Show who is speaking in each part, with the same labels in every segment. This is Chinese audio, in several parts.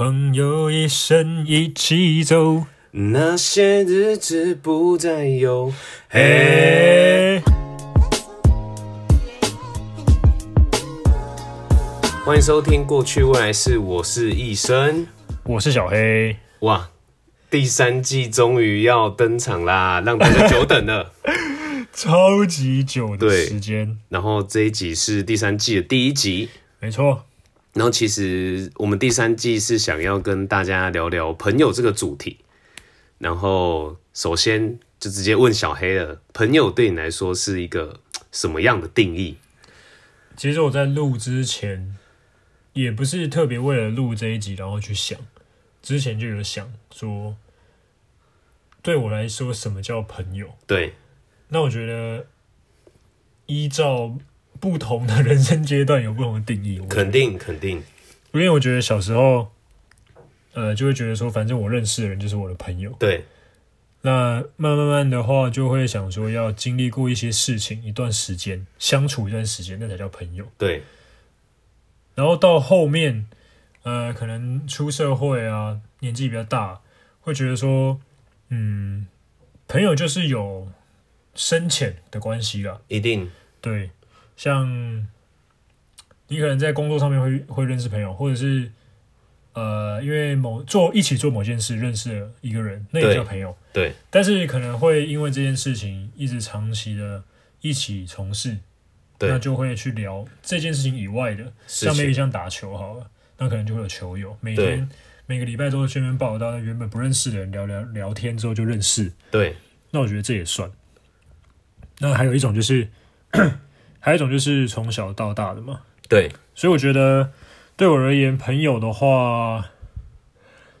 Speaker 1: 朋友一生一起走，
Speaker 2: 那些日子不再有。嘿，
Speaker 1: 嘿，
Speaker 2: 欢迎收听《过去未来式》，我是医生。
Speaker 1: 我是小黑，
Speaker 2: 哇，第三季终于要登场啦，让大家久等 了。
Speaker 1: 超级久的
Speaker 2: 对
Speaker 1: 时间，
Speaker 2: 然后这一集是第三季的第一集。
Speaker 1: 没错，
Speaker 2: 然后其实我们第三季是想要跟大家聊聊朋友这个主题。然后首先就直接问小黑了，朋友对你来说是一个什么样的定义？
Speaker 1: 其实我在录之前，也不是特别为了录这一集然后去想，之前就有想说，对我来说什么叫朋友？
Speaker 2: 对，
Speaker 1: 那我觉得依照不同的人生阶段有不同的定义，我觉得
Speaker 2: 肯定肯定，
Speaker 1: 因为我觉得小时候，呃，就会觉得说，反正我认识的人就是我的朋友。
Speaker 2: 对。
Speaker 1: 那慢慢慢的话，就会想说要经历过一些事情，一段时间相处一段时间，那才叫朋友。
Speaker 2: 对，
Speaker 1: 然后到后面，呃，可能出社会啊，年纪比较大，会觉得说，嗯，朋友就是有深浅的关系啦。
Speaker 2: 一定
Speaker 1: 对，像你可能在工作上面会会认识朋友，或者是呃，因为某做一起做某件事认识了一个人，那也
Speaker 2: 对
Speaker 1: 叫朋友。
Speaker 2: 对
Speaker 1: 但是可能会因为这件事情一直长期的一起从事，
Speaker 2: 对
Speaker 1: 那就会去聊这件事情以外的，
Speaker 2: 事
Speaker 1: 像 maybe
Speaker 2: 情，
Speaker 1: 像打球好了，那可能就会有球友，每
Speaker 2: 对
Speaker 1: 天每个礼拜都去那边报道，原本不认识的人聊聊聊天之后就认识，
Speaker 2: 对
Speaker 1: 那我觉得这也算。那还有一种就是， 还有一种就是从小到大的嘛。
Speaker 2: 对
Speaker 1: 所以我觉得对我而言，朋友的话，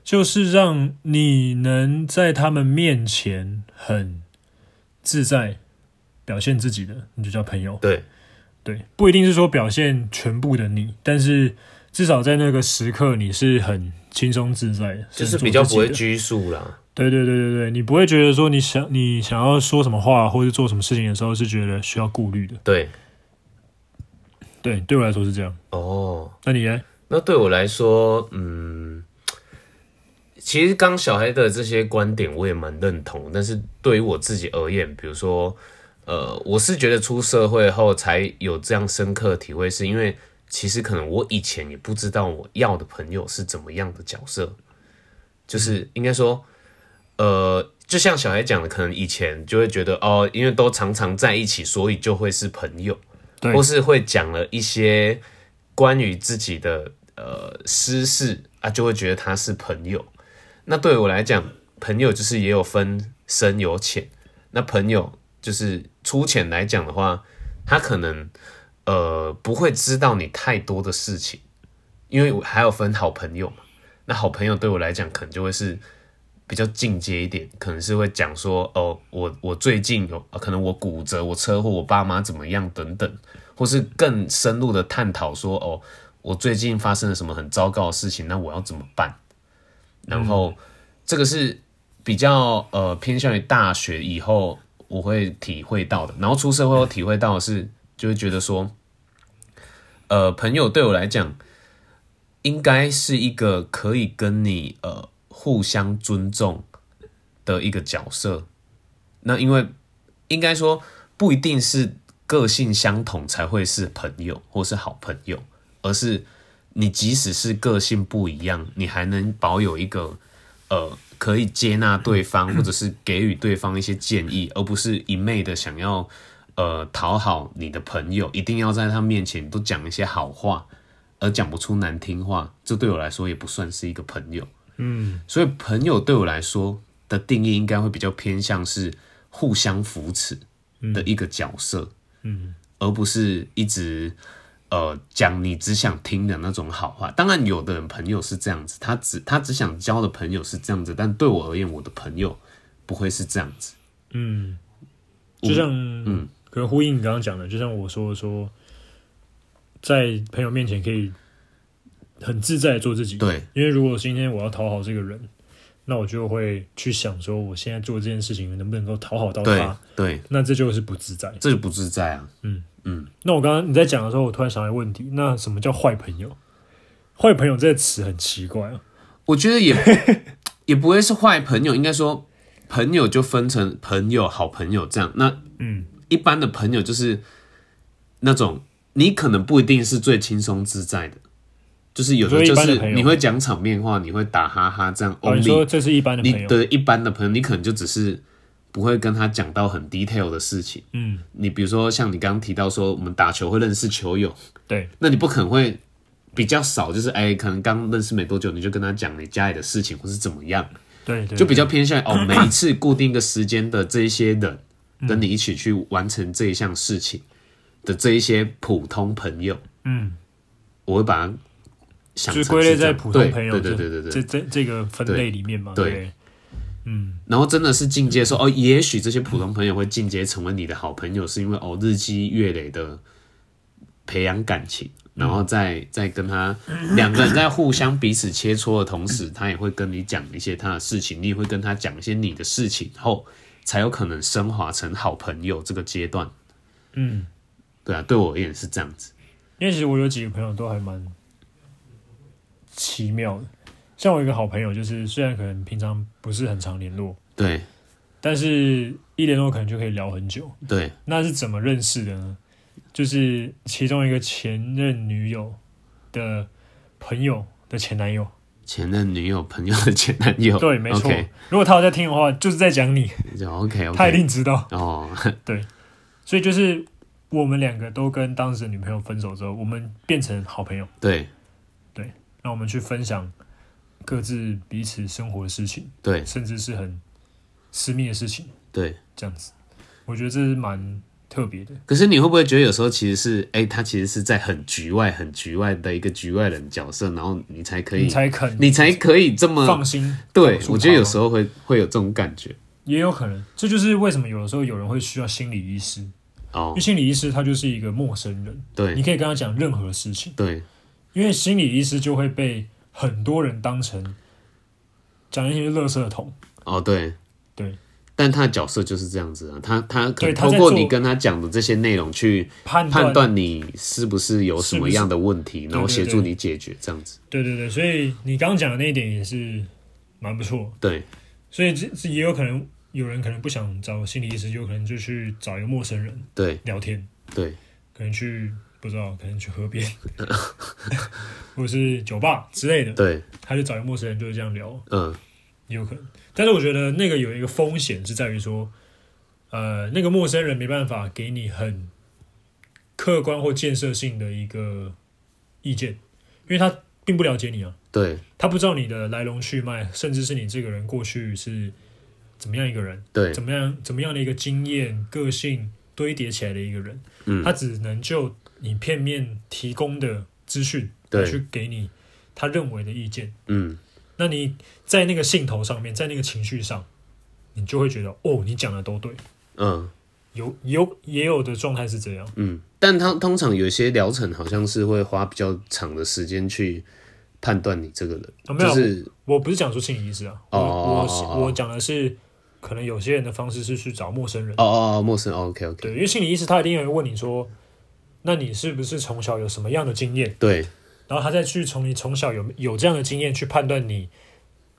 Speaker 1: 就是让你能在他们面前很自在表现自己的，你就叫朋友。
Speaker 2: 对
Speaker 1: 对，不一定是说表现全部的你，但是至少在那个时刻你是很轻松自在的，
Speaker 2: 就是
Speaker 1: 很做
Speaker 2: 比较
Speaker 1: 自己
Speaker 2: 不会
Speaker 1: 的
Speaker 2: 拘束啦。
Speaker 1: 对对对对对，你不会觉得说你想你想要说什么话或者做什么事情的时候是觉得需要顾虑的。
Speaker 2: 对，
Speaker 1: 对，对我来说是这样。
Speaker 2: 哦，
Speaker 1: 那你呢？
Speaker 2: 那对我来说，嗯，其实刚小黑的这些观点我也蛮认同，但是对于我自己而言，比如说，呃，我是觉得出社会后才有这样深刻的体会，是因为其实可能我以前也不知道我要的朋友是怎么样的角色，就是应该说，呃。就像小黑讲的，可能以前就会觉得哦，因为都常常在一起，所以就会是朋友。
Speaker 1: 对
Speaker 2: 或是会讲了一些关于自己的呃私事啊，就会觉得他是朋友。那对我来讲，朋友就是也有分深有浅。那朋友就是粗浅来讲的话，他可能呃不会知道你太多的事情，因为我还有分好朋友嘛。那好朋友对我来讲，可能就会是比较进阶一点，可能是会讲说，哦，我我最近有呃可能我骨折，我车祸，我爸妈怎么样等等，或是更深入的探讨说，哦，我最近发生了什么很糟糕的事情，那我要怎么办？然后、这个是比较呃偏向于大学以后我会体会到的，然后出社会我体会到的是，就会觉得说，呃，朋友对我来讲，应该是一个可以跟你呃互相尊重的一个角色。那因为应该说不一定是个性相同才会是朋友或是好朋友，而是你即使是个性不一样，你还能保有一个呃可以接纳对方，或者是给予对方一些建议，而不是一昧的想要呃讨好你的朋友，一定要在他面前都讲一些好话，而讲不出难听话，这对我来说也不算是一个朋友。嗯，所以朋友对我来说的定义应该会比较偏向是互相扶持的一个角色，嗯，而不是一直呃讲你只想听的那种好话。当然，有的人朋友是这样子，他只他只想交的朋友是这样子，但对我而言，我的朋友不会是这样子。
Speaker 1: 就像嗯，可能呼应你刚刚讲的，就像我说说，在朋友面前可以很自在地做自己。，
Speaker 2: 对
Speaker 1: 因为如果今天我要讨好这个人，那我就会去想说，我现在做这件事情能不能够讨好到
Speaker 2: 对
Speaker 1: 他，
Speaker 2: 对，
Speaker 1: 那这就是不自在。
Speaker 2: 这就不自在啊。
Speaker 1: 那我刚刚你在讲的时候，我突然想到一个问题，那什么叫坏朋友？坏朋友这个词很奇怪啊，
Speaker 2: 我觉得也 也不会是坏朋友，应该说朋友就分成朋友、好朋友这样。那
Speaker 1: 嗯，
Speaker 2: 一般的朋友就是那种你可能不一定是最轻松自在的，就是有的
Speaker 1: 你
Speaker 2: 就
Speaker 1: 说一般的
Speaker 2: 是
Speaker 1: 朋友
Speaker 2: 你会讲场面话，你会打哈哈这样
Speaker 1: 哦，你说
Speaker 2: only。
Speaker 1: 这是一般的
Speaker 2: 你
Speaker 1: 朋友，
Speaker 2: 的一般的朋友，你可能就只是不会跟他讲到很 detail 的事情。
Speaker 1: 嗯，
Speaker 2: 你比如说像你刚刚提到说，我们打球会认识球友，
Speaker 1: 对，
Speaker 2: 那你不可能会比较少，就是哎，可能刚认识没多久，你就跟他讲你家里的事情或是怎么样，
Speaker 1: 对对，
Speaker 2: 就比较偏向 于哦，每一次固定一个时间的这一些人跟你一起去完成这一项事情的这一些普通朋友，
Speaker 1: 嗯，
Speaker 2: 我会把它想
Speaker 1: 就
Speaker 2: 成
Speaker 1: 是归类
Speaker 2: 这
Speaker 1: 在
Speaker 2: 样
Speaker 1: 普通
Speaker 2: 对
Speaker 1: 朋友
Speaker 2: 对
Speaker 1: 这
Speaker 2: 对对对对，
Speaker 1: 这这这个分类里面嘛，
Speaker 2: 对
Speaker 1: 对，
Speaker 2: 然后真的是进阶说哦，也许这些普通朋友会进阶成为你的好朋友，是因为哦日积月累的培养感情，然后再再 跟他两个人在互相彼此切磋的同时，他也会跟你讲一些他的事情，你也会跟他讲一些你的事情后，才有可能升华成好朋友这个阶段。
Speaker 1: 嗯，
Speaker 2: 对啊，对我而言是这样子。
Speaker 1: 因为其实我有几个朋友都还蛮奇妙的，像我有一个好朋友，就是虽然可能平常不是很常联络，
Speaker 2: 对
Speaker 1: 但是一联络可能就可以聊很久。
Speaker 2: 对，
Speaker 1: 那是怎么认识的呢？就是其中一个前任女友的朋友的前男友，
Speaker 2: 前任女友朋友的前男友，
Speaker 1: 对，没错
Speaker 2: OK，。
Speaker 1: 如果他有在听的话，就是在讲你，
Speaker 2: 就 OK
Speaker 1: 他一
Speaker 2: OK。
Speaker 1: 定知道。
Speaker 2: 哦，
Speaker 1: 所以就是我们两个都跟当时的女朋友分手之后，我们变成好朋友，
Speaker 2: 对
Speaker 1: 让我们去分享各自彼此生活的事情，
Speaker 2: 对
Speaker 1: 甚至是很私密的事情，
Speaker 2: 对，
Speaker 1: 这样子。我觉得这是蛮特别的。
Speaker 2: 可是你会不会觉得有时候其实是，哎、他其实是在很局外、很局外的一个局外人角色，然后你才可以，
Speaker 1: 你才肯
Speaker 2: 你才可以这么
Speaker 1: 放心，
Speaker 2: 对
Speaker 1: 告诉？他
Speaker 2: 我觉得有时候会会有这种感觉
Speaker 1: 也有可能，这就是为什么有的时候有人会需要心理医师，因
Speaker 2: 哦
Speaker 1: 为，心理医师他就是一个陌生人，你
Speaker 2: 对
Speaker 1: 可以跟他讲任何事情，
Speaker 2: 对
Speaker 1: 因为心理医师就会被很多人当成讲一些垃圾桶，
Speaker 2: 哦对
Speaker 1: 对，
Speaker 2: 但他的角色就是这样子啊，他他
Speaker 1: 对
Speaker 2: 可能
Speaker 1: 他在
Speaker 2: 透过
Speaker 1: 做
Speaker 2: 你跟他讲的这些内容去
Speaker 1: 判
Speaker 2: 判断你是不是有什
Speaker 1: 是不
Speaker 2: 么
Speaker 1: 是
Speaker 2: 样的问题，然后
Speaker 1: 对对
Speaker 2: 协助
Speaker 1: 对
Speaker 2: 你解决这样子，
Speaker 1: 对对对，所以你刚讲的那一点也是蛮不错，
Speaker 2: 对
Speaker 1: 所以这这也有可能有人可能不想找心理医师，有可能就去找一个陌生人
Speaker 2: 对
Speaker 1: 聊天，
Speaker 2: 对
Speaker 1: 可能去不知道，可能去河边， 或者是酒吧之类的，
Speaker 2: 对，
Speaker 1: 他就找一个陌生人就是这样聊，
Speaker 2: 嗯
Speaker 1: 也有可能。但是我觉得那个有一个风险是在于说，呃，那个陌生人没办法给你很客观或建设性的一个意见，因为他并不了解你啊，
Speaker 2: 对
Speaker 1: 他不知道你的来龙去脉，甚至是你这个人过去是怎么样一个人，
Speaker 2: 对嗯
Speaker 1: 怎么样怎么样的一个经验、个性堆叠起来的一个人，
Speaker 2: 嗯
Speaker 1: 他只能就你片面提供的资讯来
Speaker 2: 对
Speaker 1: 去给你他认为的意见。
Speaker 2: 嗯
Speaker 1: 那你在那个兴头上面，在那个情绪上，你就会觉得哦，你讲的都对。
Speaker 2: 嗯。
Speaker 1: 有有也有的状态是这样，
Speaker 2: 嗯，但他通常有一些疗程好像是会花比较长的时间去判断你这个人，
Speaker 1: 啊没有
Speaker 2: 就是
Speaker 1: 我不是讲说心理医师啊，我、
Speaker 2: 哦
Speaker 1: 我我讲的是，可能有些人的方式是去找陌生人，
Speaker 2: 哦哦哦，陌生哦，OK OK，
Speaker 1: 对，因为心理医师他一定会问你说，那你是不是从小有什么样的经验，
Speaker 2: 对
Speaker 1: 然后他再去从你从小有有这样的经验去判断你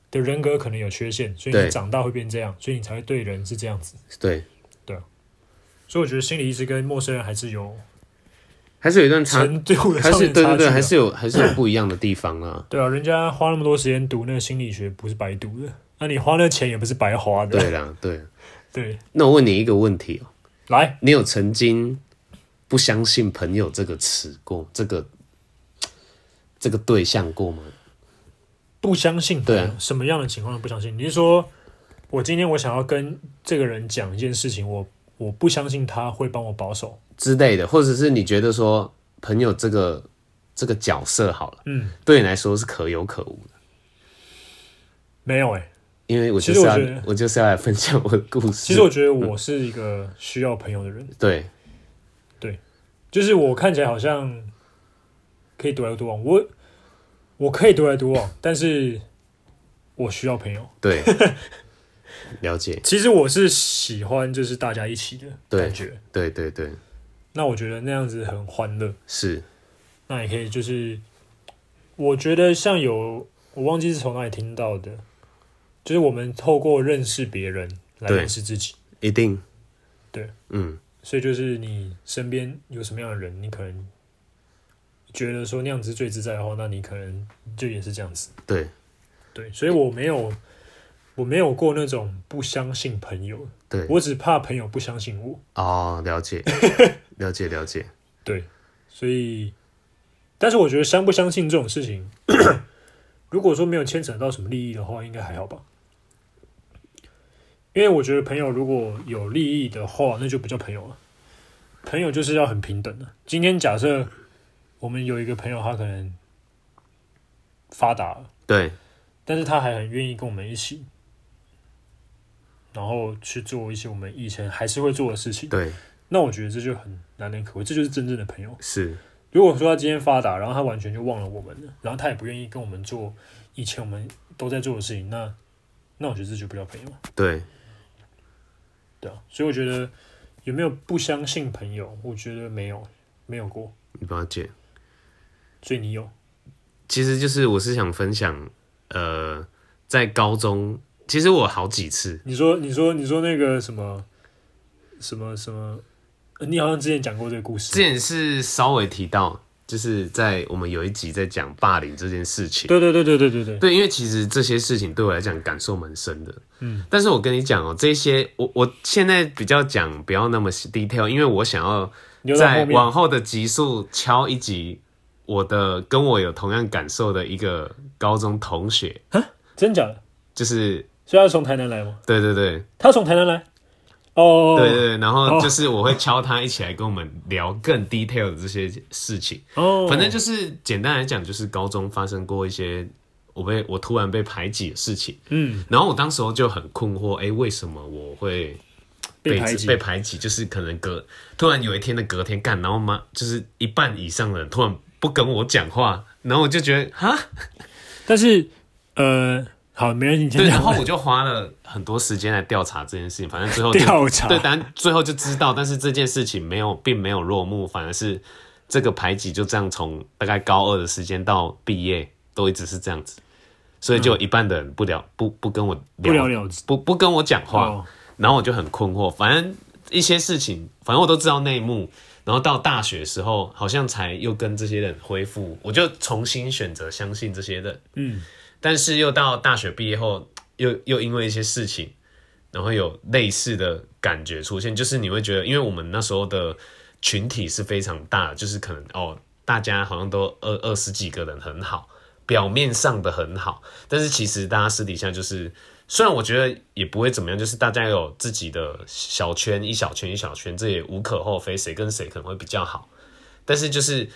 Speaker 1: 的人格可能有缺陷，所以
Speaker 2: 对
Speaker 1: 你长大会变这样，所以你才会对人是这样子。
Speaker 2: 对，
Speaker 1: 所以我觉得心理医师跟陌生人还是有
Speaker 2: 还是有一段差，
Speaker 1: 程度的
Speaker 2: 还
Speaker 1: 上
Speaker 2: 是
Speaker 1: 面
Speaker 2: 对
Speaker 1: 差
Speaker 2: 对
Speaker 1: 距
Speaker 2: 对，
Speaker 1: 啊
Speaker 2: 还是有还是有不一样的地方啦
Speaker 1: 。对啊，人家花那么多时间读那个心理学不是白读的，那你花那钱也不是白花的。
Speaker 2: 对啦，对。
Speaker 1: 对，
Speaker 2: 那我问你一个问题哦，
Speaker 1: 来，
Speaker 2: 你有曾经不相信“朋友”这个词过，这个这个对象过吗？
Speaker 1: 不相信
Speaker 2: 对啊
Speaker 1: 朋友什么样的情况都不相信？你是说我今天我想要跟这个人讲一件事情，我我不相信他会帮我保守。
Speaker 2: 之类的，或者是你觉得说朋友这个这个角色好了，
Speaker 1: 嗯，
Speaker 2: 对你来说是可有可无的。
Speaker 1: 没有诶、
Speaker 2: 因为我
Speaker 1: 其
Speaker 2: 就是
Speaker 1: 实我
Speaker 2: 要
Speaker 1: 觉得
Speaker 2: 我就是要来分享我的故事。
Speaker 1: 其实我觉得我是嗯一个需要朋友的人，
Speaker 2: 对
Speaker 1: 就是我看起来好像可以独来独往，我我可以独来独往，但是我需要朋友。
Speaker 2: 对了解，
Speaker 1: 其实我是喜欢就是大家一起的
Speaker 2: 对
Speaker 1: 感觉，
Speaker 2: 对对对
Speaker 1: 那我觉得那样子很欢乐。
Speaker 2: 是，
Speaker 1: 那也可以就是，我觉得像有我忘记是从哪里听到的，就是我们透过认识别人来
Speaker 2: 对
Speaker 1: 认识自己，
Speaker 2: 一定，
Speaker 1: 对，
Speaker 2: 嗯，
Speaker 1: 所以就是你身边有什么样的人，你可能觉得说那样子是最自在的话，那你可能就也是这样子。
Speaker 2: 对，
Speaker 1: 对，所以我没有，我没有过那种不相信朋友，
Speaker 2: 对，
Speaker 1: 我只怕朋友不相信我。
Speaker 2: 哦，了解，了解，了解，
Speaker 1: 对，所以，但是我觉得相不相信这种事情， 如果说没有牵扯到什么利益的话，应该还好吧。因为我觉得朋友如果有利益的话，那就不叫朋友了。朋友就是要很平等的。今天假设我们有一个朋友，他可能发达了，
Speaker 2: 对，
Speaker 1: 但是他还很愿意跟我们一起，然后去做一些我们以前还是会做的事情，
Speaker 2: 对，
Speaker 1: 那我觉得这就很难能可贵，这就是真正的朋友。
Speaker 2: 是，
Speaker 1: 如果说他今天发达，然后他完全就忘了我们了，然后他也不愿意跟我们做以前我们都在做的事情，那那我觉得这就不叫朋友，
Speaker 2: 对，
Speaker 1: 对啊。所以我觉得有没有不相信朋友，我觉得没有，没有过。
Speaker 2: 了解。
Speaker 1: 所以你有，
Speaker 2: 其实就是我是想分享，呃，在高中，其实我好几次，
Speaker 1: 你说你说你说那个什么什么什么，呃你好像之前讲过这个故
Speaker 2: 之
Speaker 1: 事，
Speaker 2: 前是稍微提到，就是在我们有一集在讲霸凌这件事情。
Speaker 1: 对对对对对对对，
Speaker 2: 对，因为其实这些事情对我来讲感受蛮深的。嗯，但是我跟你讲哦、这些我我现在比较讲不要那么 detail，因为我想要
Speaker 1: 留到
Speaker 2: 在
Speaker 1: 后面
Speaker 2: 往后的集数敲一集我的跟我有同样感受的一个高中同学，
Speaker 1: 真假的？
Speaker 2: 就是
Speaker 1: 所以他是从台南来吗？
Speaker 2: 对对对
Speaker 1: 他从台南来？哦，
Speaker 2: 对对对，然后
Speaker 1: 哦
Speaker 2: 就是我会敲他一起来跟我们聊更 detail 的这些事情。
Speaker 1: 哦，
Speaker 2: 反正就是简单来讲，就是高中发生过一些我被我突然被排挤的事情，
Speaker 1: 嗯，
Speaker 2: 然后我当时候就很困惑，哎、为什么我会
Speaker 1: 被排挤
Speaker 2: 被排挤？就是可能隔突然有一天的隔天干，然后妈就是一半以上的人突然不跟我讲话，然后我就觉得哈，
Speaker 1: 但是呃，好，没人你先
Speaker 2: 对，
Speaker 1: 讲
Speaker 2: 然后我就花了很多时间来调查这件事情，反正最后就
Speaker 1: 调查
Speaker 2: 对，但最后就知道，但是这件事情没有，并没有落幕，反而是这个排挤就这样从大概高二的时间到毕业都一直是这样子，所以就有一半的人不聊不不跟我
Speaker 1: 嗯不了了之。
Speaker 2: 不不跟我讲话，
Speaker 1: 哦
Speaker 2: 然后我就很困惑，反正一些事情，反正我都知道内幕。然后到大学的时候，好像才又跟这些人恢复，我就重新选择相信这些人。
Speaker 1: 嗯，
Speaker 2: 但是又到大学毕业后，又又因为一些事情，然后有类似的感觉出现，就是你会觉得，因为我们那时候的群体是非常大的，就是可能哦，大家好像都二二十几个人很好，表面上的很好，但是其实大家私底下就是，虽然我觉得也不会怎么样，就是大家有自己的小圈，一小圈一小圈，这也无可厚非，谁跟谁可能会比较好，但是就是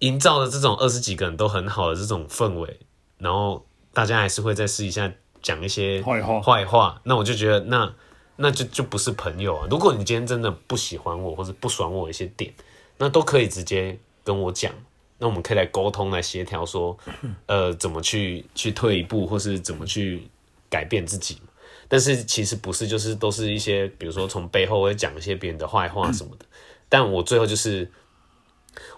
Speaker 2: 营造的这种二十几个人都很好的这种氛围，然后大家还是会在私底下讲一些
Speaker 1: 坏话
Speaker 2: 坏话，那我就觉得那那就就不是朋友啊。如果你今天真的不喜欢我或者不爽我一些点，那都可以直接跟我讲，那我们可以来沟通来协调说，呃，怎么去去退一步，或是怎么去改变自己。但是其实不是，就是都是一些，比如说从背后会讲一些别人的坏话什么的。但我最后就是，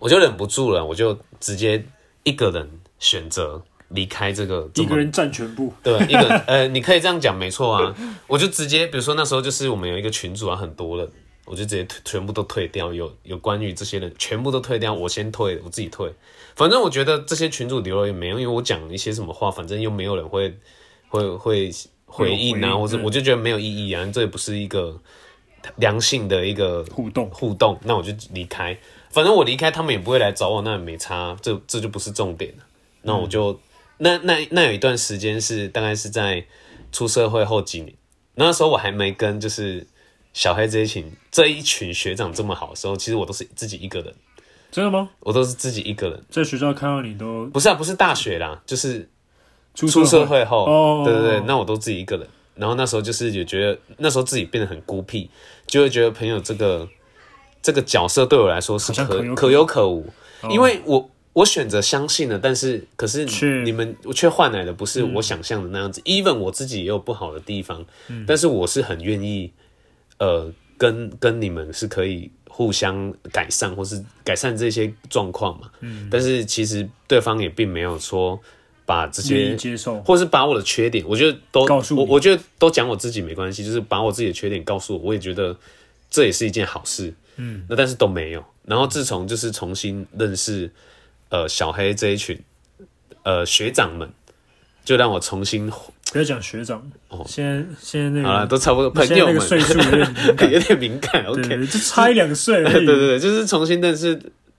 Speaker 2: 我就忍不住了，我就直接一个人选择离开这个这
Speaker 1: 一
Speaker 2: 么
Speaker 1: 个人占全部。
Speaker 2: 对，一个呃，你可以这样讲，没错啊。我就直接，比如说那时候就是我们有一个群组啊，很多人，我就直接退全部都退掉，有有关于这些人全部都退掉，我先退，我自己退。反正我觉得这些群主留了也没用，因为我讲一些什么话，反正又没有人会会会回应
Speaker 1: 会有回
Speaker 2: 啊，
Speaker 1: 应
Speaker 2: 或者
Speaker 1: 嗯
Speaker 2: 我就觉得没有意义啊，这也不是一个良性的一个
Speaker 1: 互动
Speaker 2: 互动，那我就离开。反正我离开，他们也不会来找我，那也没差，这这就不是重点了。那我就、那那那有一段时间是大概是在出社会后几年，那时候我还没跟就是小黑这一群这一群学长这么好的时候，其实我都是自己一个人，
Speaker 1: 真的吗？
Speaker 2: 我都是自己一个人。
Speaker 1: 在学校看到你都
Speaker 2: 不是啊，不是大学啦，就是
Speaker 1: 出
Speaker 2: 出社
Speaker 1: 社
Speaker 2: 会后，
Speaker 1: 哦
Speaker 2: 对对对，那我都自己一个人。然后那时候就是也觉得，那时候自己变得很孤僻，就会觉得朋友这个这个角色对我来说是
Speaker 1: 好像
Speaker 2: 可
Speaker 1: 可哦有可
Speaker 2: 可有可无，因为我我选择相信了，但是可是
Speaker 1: 却
Speaker 2: 你们我却换来的不是我想象的那样子。even
Speaker 1: 嗯
Speaker 2: 我自己也有不好的地方，但是我是很愿意呃跟跟你们是可以互相改善，或是改善这些状况嘛。嗯，但是其实对方也并没有说把这
Speaker 1: 愿
Speaker 2: 些
Speaker 1: 意接受，
Speaker 2: 或是把我的缺点，我觉得都
Speaker 1: 告诉你
Speaker 2: 我，我觉得都讲我自己没关系，就是把我自己的缺点告诉我，我也觉得这也是一件好事。嗯，那但是都没有。然后自从就是重新认识呃小黑这一群呃学长们，就让我重新
Speaker 1: 不要讲学长，现在现在那
Speaker 2: 哦好了，
Speaker 1: 个
Speaker 2: 都差不多朋
Speaker 1: 现在嗯
Speaker 2: 友
Speaker 1: 那
Speaker 2: 们
Speaker 1: 个岁数有 点敏感
Speaker 2: 有
Speaker 1: 对
Speaker 2: 点敏感。OK，
Speaker 1: 对，对就差一两个岁而
Speaker 2: 对
Speaker 1: 已。
Speaker 2: 对对，就是重新认识，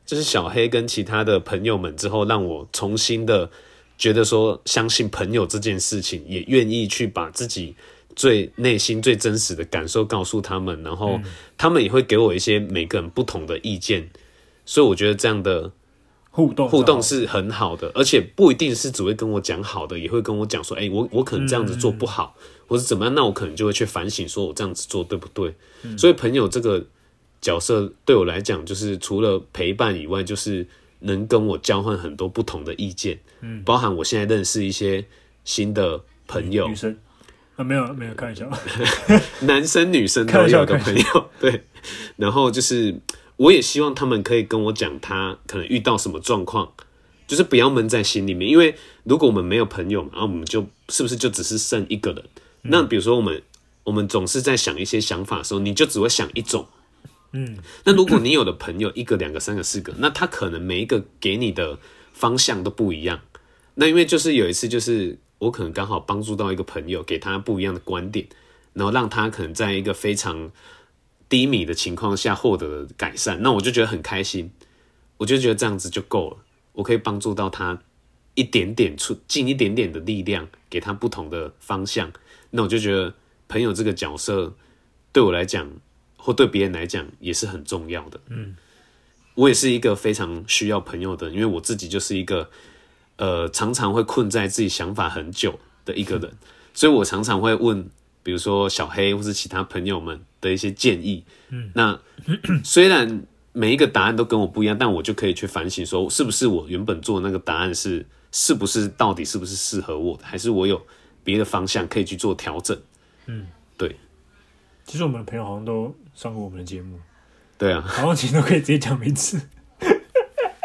Speaker 2: 就是小黑跟其他的朋友们之后，让我重新的觉得说，相信朋友这件事情，也愿意去把自己最内心最真实的感受告诉他们，然后他们也会给我一些每个人不同的意见，所以我觉得这样的
Speaker 1: 互动
Speaker 2: 互动
Speaker 1: 是
Speaker 2: 是很好的，而且不一定是只会跟我讲好的，也会跟我讲说，哎、我我可能这样子做不
Speaker 1: 嗯
Speaker 2: 好，或是怎么样，那我可能就会去反省，说我这样子做对不对。
Speaker 1: 嗯
Speaker 2: 所以朋友这个角色对我来讲，就是除了陪伴以外，就是能跟我交换很多不同的意见，嗯，包含我现在认识一些新的朋友
Speaker 1: 女，生啊，没有没有开玩笑，
Speaker 2: 男生女生
Speaker 1: 开
Speaker 2: 都
Speaker 1: 玩笑
Speaker 2: 有的朋友，对。然后就是，我也希望他们可以跟我讲他可能遇到什么状况，就是不要闷在心里面，因为如果我们没有朋友嘛，然后我们就是不是就只是剩一个人？
Speaker 1: 嗯
Speaker 2: 那比如说我们我们总是在想一些想法的时候，你就只会想一种。
Speaker 1: 嗯，
Speaker 2: 那如果你有的朋友一个、两个、三个、四个，那他可能每一个给你的方向都不一样。那因为就是有一次，就是我可能刚好帮助到一个朋友，给他不一样的观点，然后让他可能在一个非常低迷的情况下获得了改善，那我就觉得很开心，我就觉得这样子就够了，我可以帮助到他一点点出尽一点点的力量，给他不同的方向，那我就觉得朋友这个角色对我来讲，或对别人来讲也是很重要的。嗯，我也是一个非常需要朋友的人，因为我自己就是一个呃常常会困在自己想法很久的一个人，所以我常常会问，比如说小黑或是其他朋友们的一些建议。嗯， 那虽然每一个答案都跟我不一样，但我就可以去反省说，是不是我原本做的那个答案是是不是到底是不是适合我的，还是我有别的方向可以去做调整？
Speaker 1: 其实我们的朋友好像都上过我们的节目，
Speaker 2: 对啊，
Speaker 1: 好像其实都可以直接讲名字。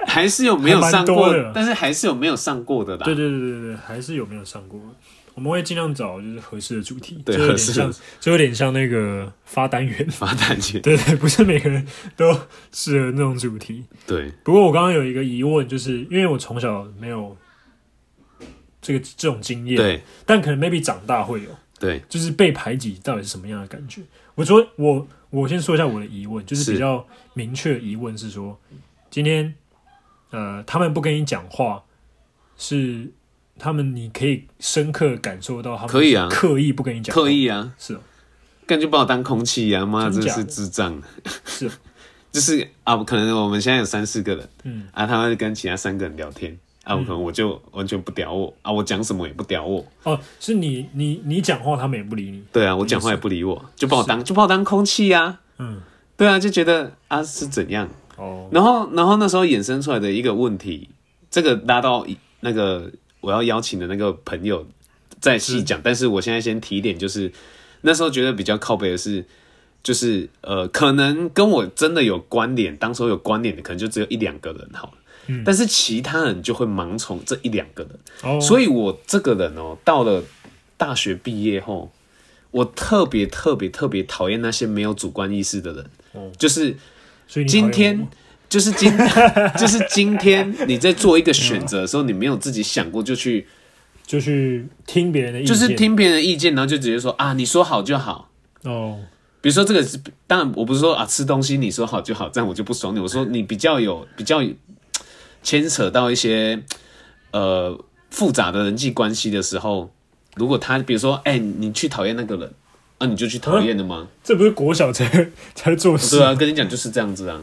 Speaker 2: 还是有没有上
Speaker 1: 还蛮多
Speaker 2: 过
Speaker 1: 的，
Speaker 2: 但是还是有没有上过的啦。
Speaker 1: 对对对对对，还是有没有上过？我们会尽量找就是合适的主题，
Speaker 2: 对
Speaker 1: 就有点
Speaker 2: 合适的
Speaker 1: 像，就有点像那个发单元。
Speaker 2: 发弹节，
Speaker 1: 对对，不是每个人都适合那种主题。
Speaker 2: 对
Speaker 1: 不过我刚刚有一个疑问，就是因为我从小没有这个这种经验，
Speaker 2: 对
Speaker 1: 但可能 maybe 长大会有，
Speaker 2: 对
Speaker 1: 就是被排挤到底是什么样的感觉？我说我我先说一下我的疑问，就是
Speaker 2: 是
Speaker 1: 比较明确的疑问是说，今天呃他们不跟你讲话，是他们你可以深刻地感受到他们
Speaker 2: 可以啊
Speaker 1: 是刻意不跟你讲话，
Speaker 2: 刻意啊，
Speaker 1: 是哦
Speaker 2: 干就把我当空气啊，妈
Speaker 1: 真
Speaker 2: 真
Speaker 1: 假的
Speaker 2: 是智障。
Speaker 1: 是哦
Speaker 2: 就是啊，可能我们现在有三四个人，
Speaker 1: 嗯
Speaker 2: 啊，他们跟其他三个人聊天，啊，我可能我就完全不屌我啊，我讲什么也不屌我，
Speaker 1: 哦，是你你你讲话他们也不理你，
Speaker 2: 对啊，我讲话也不理我，就把我当就把我当空气啊，
Speaker 1: 嗯
Speaker 2: 对啊，就觉得啊是怎样，
Speaker 1: 哦
Speaker 2: 然后，然后那时候衍生出来的一个问题，这个拉到一那个我要邀请的那个朋友再细讲，但是我现在先提一点，就是那时候觉得比较靠背的是，就是呃，可能跟我真的有关联，当时候有关联的可能就只有一两个人好了，但是其他人就会盲从这一两个人，
Speaker 1: 哦，
Speaker 2: 所以我这个人哦，到了大学毕业后，我特别特别特别讨厌那些没有主观意识的人，就是。
Speaker 1: 所以你讨厌我
Speaker 2: 今天就是今，就是今天你在做一个选择的时候，你没有自己想过，就去
Speaker 1: 就去听别人的意见，
Speaker 2: 就是听别人的意见，然后就直接说啊，你说好就好。
Speaker 1: 哦，
Speaker 2: 比如说这个是，当然我不是说啊吃东西你说好就好，这样我就不爽你。我说你比较有比较有牵扯到一些呃复杂的人际关系的时候，如果他比如说哎、你去讨厌那个人，啊你就去讨厌了吗？
Speaker 1: 这不是国小才 才做事
Speaker 2: 对啊，跟你讲就是这样子啊。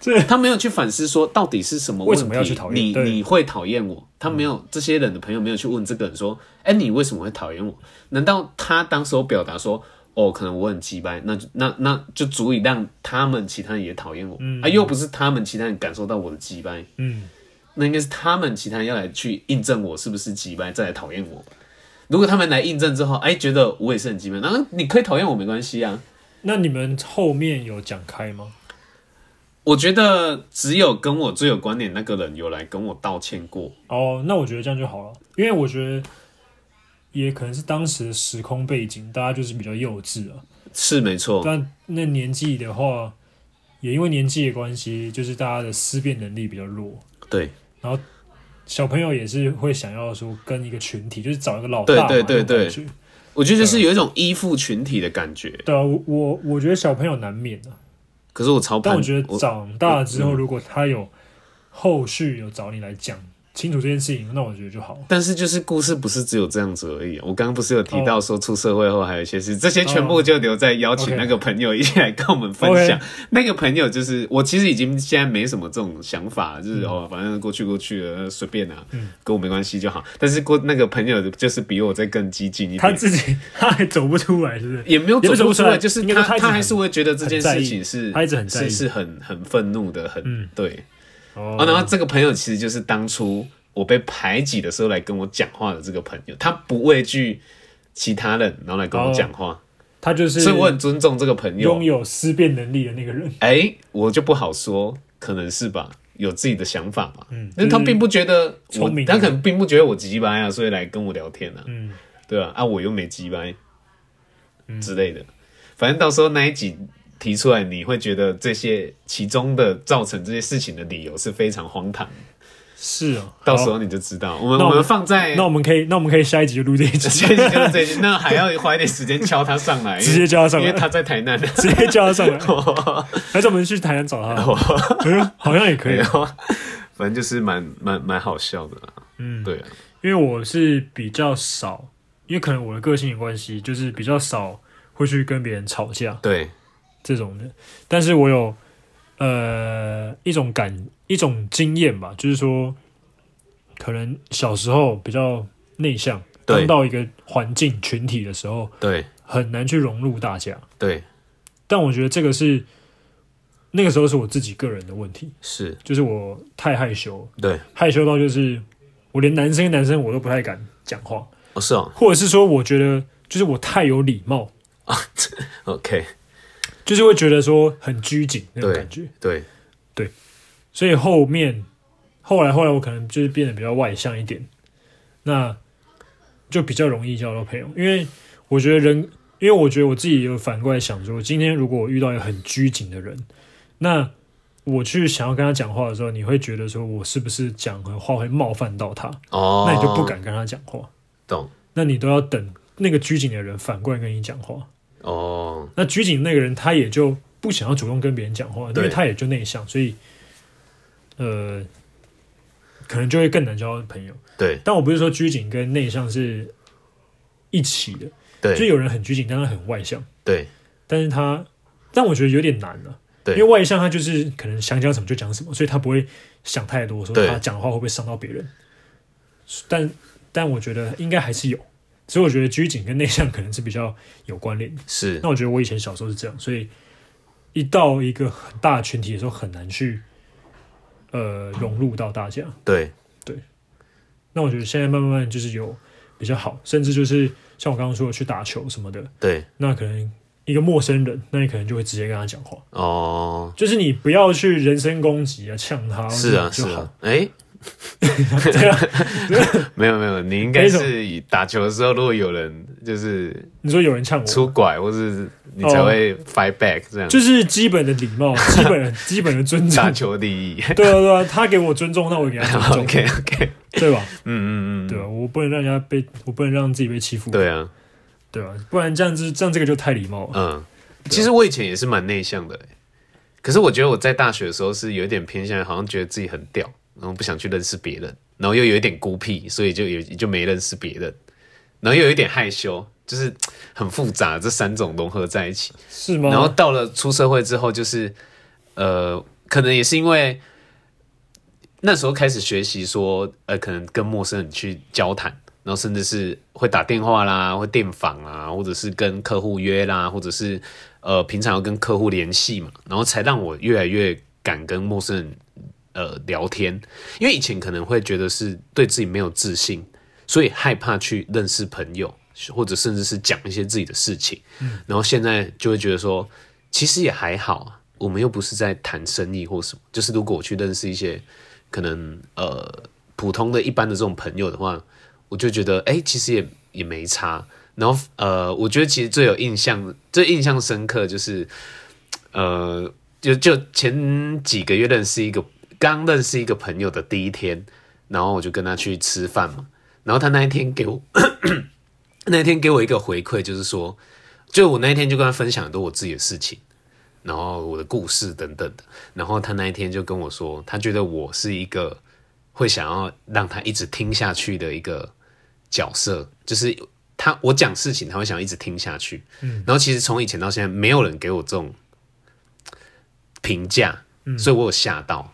Speaker 1: 这
Speaker 2: 他没有去反思说到底是什么问题
Speaker 1: 为什么要去讨厌
Speaker 2: 你？
Speaker 1: 对嗯
Speaker 2: 你会讨厌我？他没有这些人的朋友没有去问这个人说，哎、你为什么会讨厌我？难道他当时候表达说，哦，可能我很鸡掰，那就那那就足以让他们其他人也讨厌我、啊？又不是他们其他人感受到我的鸡掰，
Speaker 1: 嗯，
Speaker 2: 那应该是他们其他人要来去印证我是不是鸡掰，再来讨厌我。如果他们来印证之后，哎、觉得我也是很鸡掰，那你可以讨厌我没关系啊。
Speaker 1: 那你们后面有讲开吗？
Speaker 2: 我觉得只有跟我最有观点那个人有来跟我道歉过，
Speaker 1: 哦，那我觉得这样就好了，因为我觉得也可能是当时的时空背景，大家就是比较幼稚啊。
Speaker 2: 是没错，
Speaker 1: 但那年纪的话，也因为年纪的关系，就是大家的思辨能力比较弱，
Speaker 2: 对，
Speaker 1: 小朋友也是会想要说跟一个群体，就是找一个老
Speaker 2: 对
Speaker 1: 大嘛
Speaker 2: 对对
Speaker 1: 那种感
Speaker 2: 对
Speaker 1: 觉
Speaker 2: 我觉得就是有一种依附群体的感觉。
Speaker 1: 对啊，我我我觉得小朋友难免啊，
Speaker 2: 可是我超
Speaker 1: 但
Speaker 2: 叛，
Speaker 1: 我觉得
Speaker 2: 我嗯
Speaker 1: 长大之后，如果他有后续有找你来讲清楚这件事情，那我觉得就好。
Speaker 2: 但是就是故事不是只有这样子而已。我刚刚不是有提到说出社会后还有一些事，这些全部就留在邀请
Speaker 1: 哦 OK
Speaker 2: 那个朋友一起来跟我们分享。那个朋友就是我，其实已经现在没什么这种想法，就是、
Speaker 1: 嗯
Speaker 2: 哦，反正过去过去了，随便啊，跟我没关系就好。但是过那个朋友就是比我再更激进一
Speaker 1: 他
Speaker 2: 点，
Speaker 1: 自己 他还走不出来，是不是？
Speaker 2: 也没有
Speaker 1: 也不
Speaker 2: 走
Speaker 1: 走
Speaker 2: 不
Speaker 1: 不出
Speaker 2: 出
Speaker 1: 来
Speaker 2: 来，就是
Speaker 1: 应该说他
Speaker 2: 他
Speaker 1: 一直
Speaker 2: 他还
Speaker 1: 很
Speaker 2: 是会觉得这件
Speaker 1: 很在
Speaker 2: 事
Speaker 1: 意
Speaker 2: 情是
Speaker 1: 他一直很在
Speaker 2: 是
Speaker 1: 意嗯
Speaker 2: 是很很愤怒的，很、对。
Speaker 1: 哦
Speaker 2: 哦，然后这个朋友其实就是当初我被排挤的时候来跟我讲话的这个朋友，他不畏惧其他人，然后来跟我讲话，
Speaker 1: 他哦就是
Speaker 2: 所以我很尊重这个朋友啊
Speaker 1: 拥。有思辨能力的那个人。
Speaker 2: 哎，我就不好说，可能是吧，有自己的想法吧。嗯，因为
Speaker 1: 就
Speaker 2: 他
Speaker 1: 是
Speaker 2: 并不觉得我
Speaker 1: 聪明，的
Speaker 2: 他可能并不觉得我鸡掰啊，所以来跟我聊天啊。
Speaker 1: 嗯，
Speaker 2: 对啊，啊，我又没鸡掰之类的，反正到时候那一集。提出来，你会觉得这些其中的造成这些事情的理由是非常荒唐的
Speaker 1: 是哦。
Speaker 2: 到时
Speaker 1: 好，
Speaker 2: 候你就知道。我们
Speaker 1: 那我
Speaker 2: 我
Speaker 1: 们
Speaker 2: 们放在
Speaker 1: 那我们可以，那我们可以下一集就录这一集，
Speaker 2: 这就是这一集那还要花一点时间敲他上来，
Speaker 1: 直接叫他上
Speaker 2: 因为
Speaker 1: 来，
Speaker 2: 他在 台南。
Speaker 1: 直接叫他上来，还是我们去台南找 他？嗯好像也可以
Speaker 2: 然，后啊反正就是蛮蛮蛮好笑的啦。嗯，对啊，
Speaker 1: 因为我是比较少，因为可能我的个性的关系，就是比较少会去跟别人吵架
Speaker 2: 对，
Speaker 1: 这种的。但是我有呃一种感一种经验吧，就是说，可能小时候比较内向，
Speaker 2: 对
Speaker 1: 刚到一个环境群体的时候，
Speaker 2: 对，
Speaker 1: 很难去融入大家。
Speaker 2: 对，
Speaker 1: 但我觉得这个是那个时候是我自己个人的问题，
Speaker 2: 是，
Speaker 1: 就是我太害羞，
Speaker 2: 对，
Speaker 1: 害羞到就是我连男生跟男生我都不太敢讲话，
Speaker 2: 哦，是哦
Speaker 1: 或者是说我觉得就是我太有礼貌，
Speaker 2: 啊，OK，
Speaker 1: 就是会觉得说很拘谨那种感觉。
Speaker 2: 对，
Speaker 1: 所以后面后来后来我可能就是变得比较外向一点，那就比较容易交到朋友，因为我觉得人，因为我觉得我自己有反过来想说，今天如果我遇到一个很拘谨的人，那我去想要跟他讲话的时候，你会觉得说我是不是讲的话会冒犯到他，
Speaker 2: 哦，
Speaker 1: 那你就不敢跟他讲话，
Speaker 2: 懂，
Speaker 1: 那你都要等那个拘谨的人反过来跟你讲话。
Speaker 2: 哦，
Speaker 1: 那拘谨那个人他也就不想要主动跟别人讲话，因
Speaker 2: 对
Speaker 1: 为他也就内向，所以呃，可能就会更难交朋友。
Speaker 2: 对，
Speaker 1: 但我不是说拘谨跟内向是一起的，就
Speaker 2: 对，
Speaker 1: 有人很拘谨，但他很外向，
Speaker 2: 对，
Speaker 1: 但是他但我觉得有点难了、
Speaker 2: 对
Speaker 1: 因为外向他就是可能想讲什么就讲什么，所以他不会想太多，说
Speaker 2: 对
Speaker 1: 他讲话会不会伤到别人。但但我觉得应该还是有，所以我觉得拘谨跟内向可能是比较有关联的。
Speaker 2: 是
Speaker 1: 那，我觉得我以前小时候是这样，所以一到一个很大的群体的时候，很难去呃融入到大家。
Speaker 2: 对，
Speaker 1: 那我觉得现在慢慢慢就是有比较好，甚至就是像我刚刚说的去打球什么的，
Speaker 2: 对，
Speaker 1: 那可能一个陌生人，那你可能就会直接跟他讲话，
Speaker 2: 哦，
Speaker 1: 就是你不要去人身攻击啊，呛他，
Speaker 2: 是啊，
Speaker 1: 那种
Speaker 2: 是
Speaker 1: 就啊好。
Speaker 2: 啊，哎。 没有没有，你应该
Speaker 1: 那种
Speaker 2: 是以打球的时候，如果有人就是
Speaker 1: 你说有人呛我，
Speaker 2: 出拐，或是你才
Speaker 1: 哦
Speaker 2: 会 fight back 这样。
Speaker 1: 就是基本的礼貌，基本的基本的尊重
Speaker 2: 打。球第 一。
Speaker 1: 对啊，对啊，他给我尊重，那我也给他尊 重，
Speaker 2: OK OK，
Speaker 1: 对吧？
Speaker 2: 嗯嗯嗯，
Speaker 1: 对吧？啊我不能让人家被，我不能让自己被欺负。
Speaker 2: 对啊，
Speaker 1: 对吧？不然这样子，这样这个就太礼貌了。
Speaker 2: 嗯，其实我以前也是蛮内向的欸、可是我觉得我在大学的时候是有一点偏向，好像觉得自己很屌，然后不想去认识别人，然后又有一点孤僻，所以就有就没认识别人，然后又有一点害羞，就是很复杂，这三种融合在一起。
Speaker 1: 是吗？
Speaker 2: 然后到了出社会之后，就是呃，可能也是因为那时候开始学习说，呃，可能跟陌生人去交谈，然后甚至是会打电话啦，会电访啊，或者是跟客户约啦，或者是呃，平常要跟客户联系嘛，然后才让我越来越敢跟陌生人呃聊天，因为以前可能会觉得是对自己没有自信，所以害怕去认识朋友，或者甚至是讲一些自己的事情。然后现在就会觉得说，其实也还好啊，我们又不是在谈生意或什么，就是如果我去认识一些可能呃普通的一般的这种朋友的话，我就觉得哎、诶其实也也没差。然后呃，我觉得其实最有印象、最印象深刻就是呃，就就前几个月认识一个刚认识一个朋友的第一天，然后我就跟他去吃饭嘛，然后他那一天给我 那一天给我一个回馈，就是说，就我那一天就跟他分享很多我自己的事情。然后我的故事等等的。然后他那一天就跟我说，他觉得我是一个会想要让他一直听下去的一个角色，就是他我讲事情，他会想要一直听下去。嗯，然后其实从以前到现在，没有人给我这种评价，
Speaker 1: 嗯
Speaker 2: 所以我有吓到。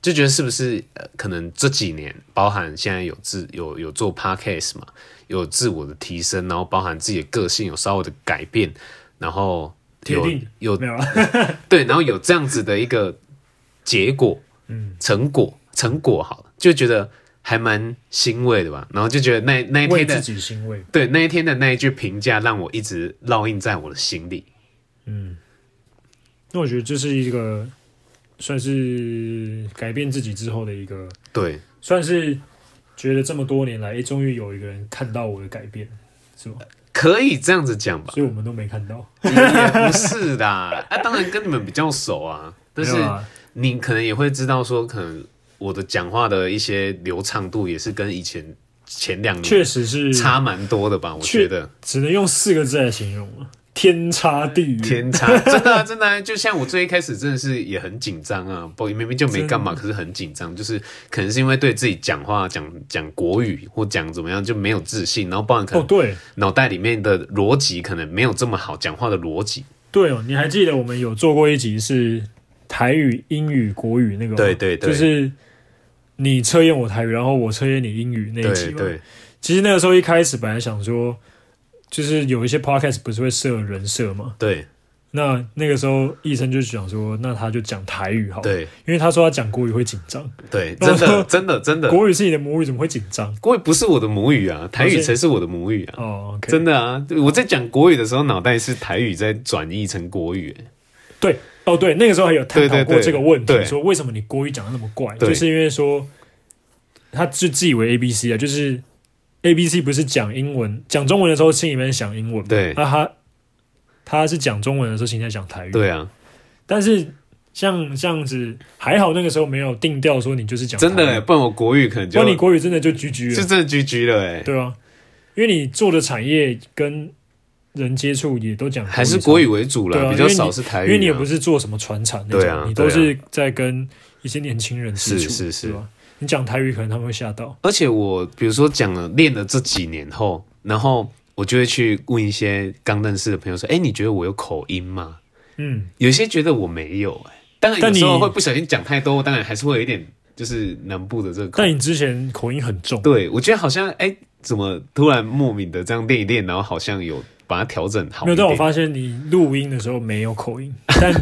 Speaker 2: 就觉得是不是呃，可能这几年，包含现在有自有有做 podcast 嘛，有自我的提升，然后包含自己的个性有稍微的改变，然后
Speaker 1: 铁
Speaker 2: 有
Speaker 1: 定
Speaker 2: 有
Speaker 1: 没有啊了。
Speaker 2: 对，然后有这样子的一个结果，嗯，成果成果好了，就觉得还蛮欣慰的吧。然后就觉得那那一
Speaker 1: 为
Speaker 2: 天
Speaker 1: 自
Speaker 2: 的
Speaker 1: 己欣慰，
Speaker 2: 对那一天的那一句评价，让我一直烙印在我的心里。
Speaker 1: 那我觉得这是一个算是改变自己之后的一个，
Speaker 2: 对
Speaker 1: 算是觉得这么多年来，哎、终于有一个人看到我的改变，是吧？
Speaker 2: 可以这样子讲吧，
Speaker 1: 所以我们都没看到，
Speaker 2: 也不是啦。 啊，当然跟你们比较熟啊，但是
Speaker 1: 没有啊
Speaker 2: 你可能也会知道说，可能我的讲话的一些流畅度也是跟以前前两
Speaker 1: 确
Speaker 2: 年
Speaker 1: 实是
Speaker 2: 差蛮多的吧？我
Speaker 1: 确
Speaker 2: 觉得。
Speaker 1: 只能用四个字来形容了，天差地远。
Speaker 2: 天差， 真的啊、真的啊、就像我最一开始真的是也很紧张啊，不明明就没干嘛，可是很紧张，就是可能是因为对自己讲话讲讲国语或讲怎么样就没有自信，然后不然可
Speaker 1: 哦，
Speaker 2: 能
Speaker 1: 对
Speaker 2: 脑袋里面的逻辑可能没有这么好，讲话的逻辑。
Speaker 1: 对哦，你还记得我们有做过一集是台语、英语、国语那个吗？
Speaker 2: 对对对
Speaker 1: 就是你测验我台语，然后我测验你英语那一集
Speaker 2: 对
Speaker 1: 嘛。
Speaker 2: 对
Speaker 1: 其实那个时候一开始本来想说，就是有一些 podcast 不是会设人设嘛？
Speaker 2: 对
Speaker 1: 那那个时候医生就想说，那他就讲台语好了，
Speaker 2: 对
Speaker 1: 因为他说他讲国语会紧张，
Speaker 2: 对，
Speaker 1: 然
Speaker 2: 真
Speaker 1: 后
Speaker 2: 的真的真的，
Speaker 1: 国语是你的母语，怎么会紧张？
Speaker 2: 国语不是我的母语啊，台
Speaker 1: 哦
Speaker 2: 语
Speaker 1: 是
Speaker 2: 才是我的母语啊。
Speaker 1: 哦，OK，
Speaker 2: 真的啊！我在讲国语的时候，脑袋是台语在转译成国语、欸
Speaker 1: 对，哦对，那个时候还有探讨
Speaker 2: 对对
Speaker 1: 过
Speaker 2: 对
Speaker 1: 这个问题，
Speaker 2: 对
Speaker 1: 说为什么你国语讲的那么怪，
Speaker 2: 对
Speaker 1: 就是因为说他就自以为 A B C 啊，就是 A B C 不是讲英文，讲中文的时候心里面想英文嘛，
Speaker 2: 对
Speaker 1: 那他他是讲中文的时候心里在讲台语，
Speaker 2: 对啊，
Speaker 1: 但是像这样子还好，那个时候没有定调说你就是讲
Speaker 2: 真的、
Speaker 1: 台
Speaker 2: 欸，
Speaker 1: 语，
Speaker 2: 不然我国语可能
Speaker 1: 不
Speaker 2: 就
Speaker 1: 然你国语啊真的就 GG
Speaker 2: 就
Speaker 1: 了，
Speaker 2: 真的 GG 了哎、欸
Speaker 1: 对啊，因为你做的产业跟人接触也都讲
Speaker 2: 还是
Speaker 1: 国
Speaker 2: 国
Speaker 1: 语
Speaker 2: 语为主
Speaker 1: 对
Speaker 2: 啦，
Speaker 1: 啊
Speaker 2: 比较少是台语啊，
Speaker 1: 因为你也不是做什么传产那
Speaker 2: 对
Speaker 1: 种，
Speaker 2: 啊
Speaker 1: 你
Speaker 2: 对
Speaker 1: 都
Speaker 2: 啊
Speaker 1: 是在跟一些年轻人接触，
Speaker 2: 是是是
Speaker 1: 对吧？你讲台语可能他们会吓到，
Speaker 2: 而且我比如说讲了练了这几年后，然后我就会去问一些刚认识的朋友说：“哎、你觉得我有口音吗
Speaker 1: 嗯，？”
Speaker 2: 有些觉得我没有、哎，当然
Speaker 1: 但
Speaker 2: 有
Speaker 1: 你
Speaker 2: 时候会不小心讲太多，当然还是会有一点就是南部的这个口
Speaker 1: 但
Speaker 2: 音。
Speaker 1: 你之前口音很重，
Speaker 2: 对，我觉得好像哎、怎么突然莫名的这样练一练，然后好像有把它调整好
Speaker 1: 没
Speaker 2: 一
Speaker 1: 有？但我
Speaker 2: 点。
Speaker 1: 发现你录音的时候没有口音， 但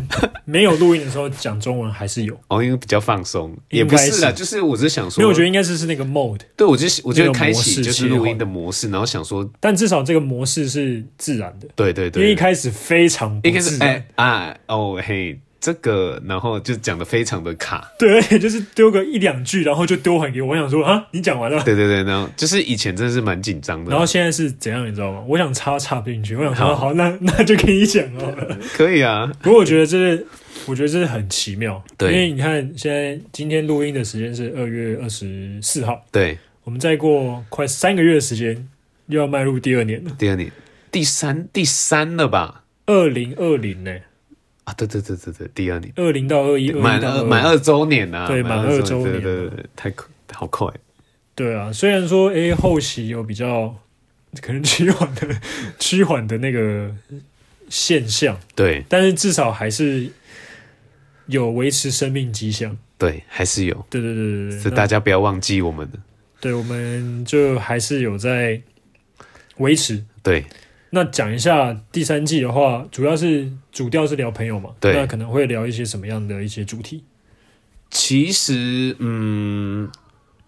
Speaker 1: 没有录音的时候讲中文还是有，
Speaker 2: 哦，因为比较放松，也
Speaker 1: 应
Speaker 2: 不
Speaker 1: 该
Speaker 2: 是啦，
Speaker 1: 是
Speaker 2: 就是我只是想说，
Speaker 1: 因为我觉得应该是是那个 mode，
Speaker 2: 对我就是我觉得
Speaker 1: 那个模
Speaker 2: 开启
Speaker 1: 式
Speaker 2: 就是
Speaker 1: 切
Speaker 2: 录音
Speaker 1: 换
Speaker 2: 的模式，然后想说，
Speaker 1: 但至少这个模式是自然的，
Speaker 2: 对对对，
Speaker 1: 因为一开始非常
Speaker 2: 一
Speaker 1: 不
Speaker 2: 开
Speaker 1: 自
Speaker 2: 始
Speaker 1: 然，
Speaker 2: 哎、啊哦嘿，这个然后就讲的非常的卡，
Speaker 1: 对， 而且就是丢个一两句，然后就丢还给我，我想说啊，你讲完了。
Speaker 2: 对对对，然后就是以前真的是蛮紧张的，
Speaker 1: 然后现在是怎样，你知道吗？我想插插不进去，我想
Speaker 2: 好
Speaker 1: 说好，那那就给你讲好了。
Speaker 2: 可以啊，
Speaker 1: 不过我觉得这是，我觉得这是很奇妙，
Speaker 2: 对
Speaker 1: 因为你看现在今天录音的时间是二月二十四号，
Speaker 2: 对，
Speaker 1: 我们再过快三个月的时间，又要迈入第二年了，
Speaker 2: 第二年第三第三了吧？
Speaker 1: 二零二零呢，
Speaker 2: 啊，对对对对对，第二年
Speaker 1: 二零到二一，
Speaker 2: 满
Speaker 1: 二
Speaker 2: 二满
Speaker 1: 二，
Speaker 2: 二周年啊，
Speaker 1: 对满二周
Speaker 2: 对
Speaker 1: 年
Speaker 2: 对对对，太快好快，
Speaker 1: 对啊，虽然说诶后期有比较可能趋缓的 趋缓的那个现象，
Speaker 2: 对
Speaker 1: 但是至少还是有维持生命迹象。
Speaker 2: 对，还是有，
Speaker 1: 对对对对对，
Speaker 2: 所以大家不要忘记我们的，
Speaker 1: 对，我们就还是有在维持。
Speaker 2: 对
Speaker 1: 那讲一下第三季的话，主要是主调是聊朋友嘛，
Speaker 2: 对
Speaker 1: 那可能会聊一些什么样的一些主题？
Speaker 2: 其实，嗯，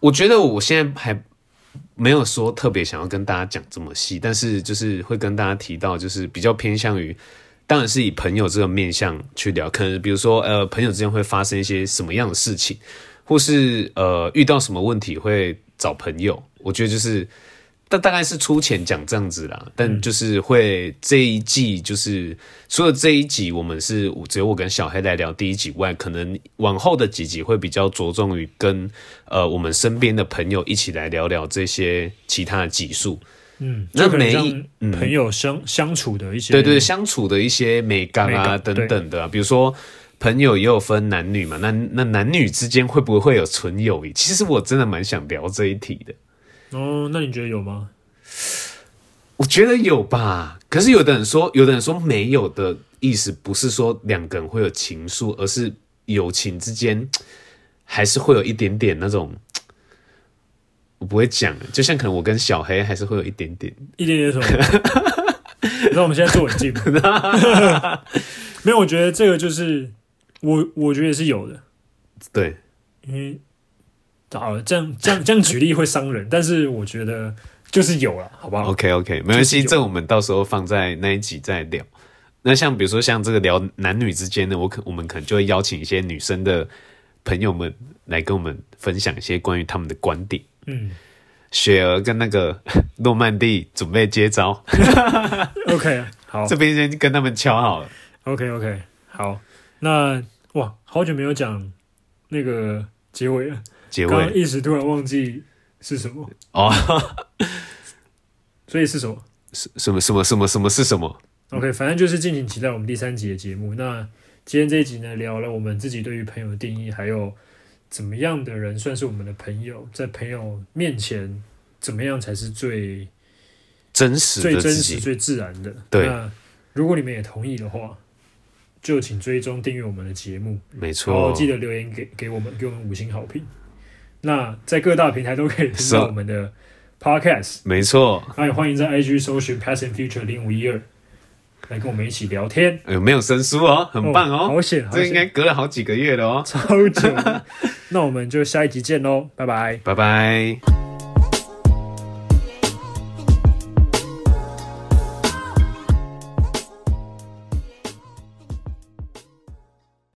Speaker 2: 我觉得我现在还没有说特别想要跟大家讲这么细，但是就是会跟大家提到，就是比较偏向于当然是以朋友这个面向去聊，可能比如说呃，朋友之间会发生一些什么样的事情，或是呃遇到什么问题会找朋友。我觉得就是，但大概是粗浅讲这样子啦，但
Speaker 1: 嗯
Speaker 2: 就是会这一季就是除了这一集我们是我只有我跟小黑来聊第一集外，可能往后的几集会比较着重于跟呃我们身边的朋友一起来聊聊这些其他的集数。
Speaker 1: 嗯，
Speaker 2: 那
Speaker 1: 就可能
Speaker 2: 每一
Speaker 1: 像朋友相、相处的一些，
Speaker 2: 对对，相处的一些美感
Speaker 1: 美
Speaker 2: 啊
Speaker 1: 感
Speaker 2: 等等的、啊，比如说朋友也有分男女嘛，那那男女之间会不会有纯友谊？其实我真的蛮想聊这一题的，
Speaker 1: 哦，那你觉得有吗？
Speaker 2: 我觉得有吧。可是有的人说，有的人说没有的意思，不是说两个人会有情愫，而是友情之间还是会有一点点那种。我不会讲，就像可能我跟小黑还是会有一点点，
Speaker 1: 一点点什么？ 你知道我们现在坐很近吗？ 没有，我觉得这个就是我，我觉得是有的，
Speaker 2: 对，
Speaker 1: 因为好了，这样这样这样举例会伤人，但是我觉得就是有了，好不好？
Speaker 2: OK OK，没关
Speaker 1: 就
Speaker 2: 系，
Speaker 1: 是有
Speaker 2: 这我们到时候放在那一集再聊。那像比如说像这个聊男女之间的，我可我们可能就会邀请一些女生的朋友们来跟我们分享一些关于他们的观点。
Speaker 1: 嗯
Speaker 2: 雪儿跟那个 诺曼底准备接招，
Speaker 1: ，OK，好
Speaker 2: 这边先跟他们敲好了。
Speaker 1: ，OK OK，好，那哇，好久没有讲那个结尾了，
Speaker 2: 结
Speaker 1: 刚刚
Speaker 2: 尾
Speaker 1: 一时突然忘记是什么，
Speaker 2: 哦，
Speaker 1: 所以是什么
Speaker 2: 什么什么什么什么是什么？嗯
Speaker 1: ？OK，反正就是敬请期待我们第三集的节目。那今天这一集呢，聊了我们自己对于朋友的定义，还有怎么样的人算是我们的朋友，在朋友面前怎么样才是最
Speaker 2: 真实
Speaker 1: 最
Speaker 2: 的
Speaker 1: 真
Speaker 2: 自
Speaker 1: 实、
Speaker 2: 己。
Speaker 1: 最自然的。
Speaker 2: 对
Speaker 1: 那如果你们也同意的话，就请追踪订阅我们的节目，
Speaker 2: 没
Speaker 1: 然后
Speaker 2: 错，
Speaker 1: 哦记得留言给给我们，给我们五星好评。那在各大平台都可以听到
Speaker 2: 是
Speaker 1: 我们的 podcast，
Speaker 2: 没错。
Speaker 1: 那也欢迎在 IG 搜寻 Past and Future 零五一二，来跟我们一起聊天，
Speaker 2: 哎呦，没有生疏哦，很棒哦，
Speaker 1: 好险，好
Speaker 2: 这应该
Speaker 1: 险，
Speaker 2: 隔了好几个月了哦。
Speaker 1: 超久。那我们就下一集见喽，拜拜。
Speaker 2: 拜拜。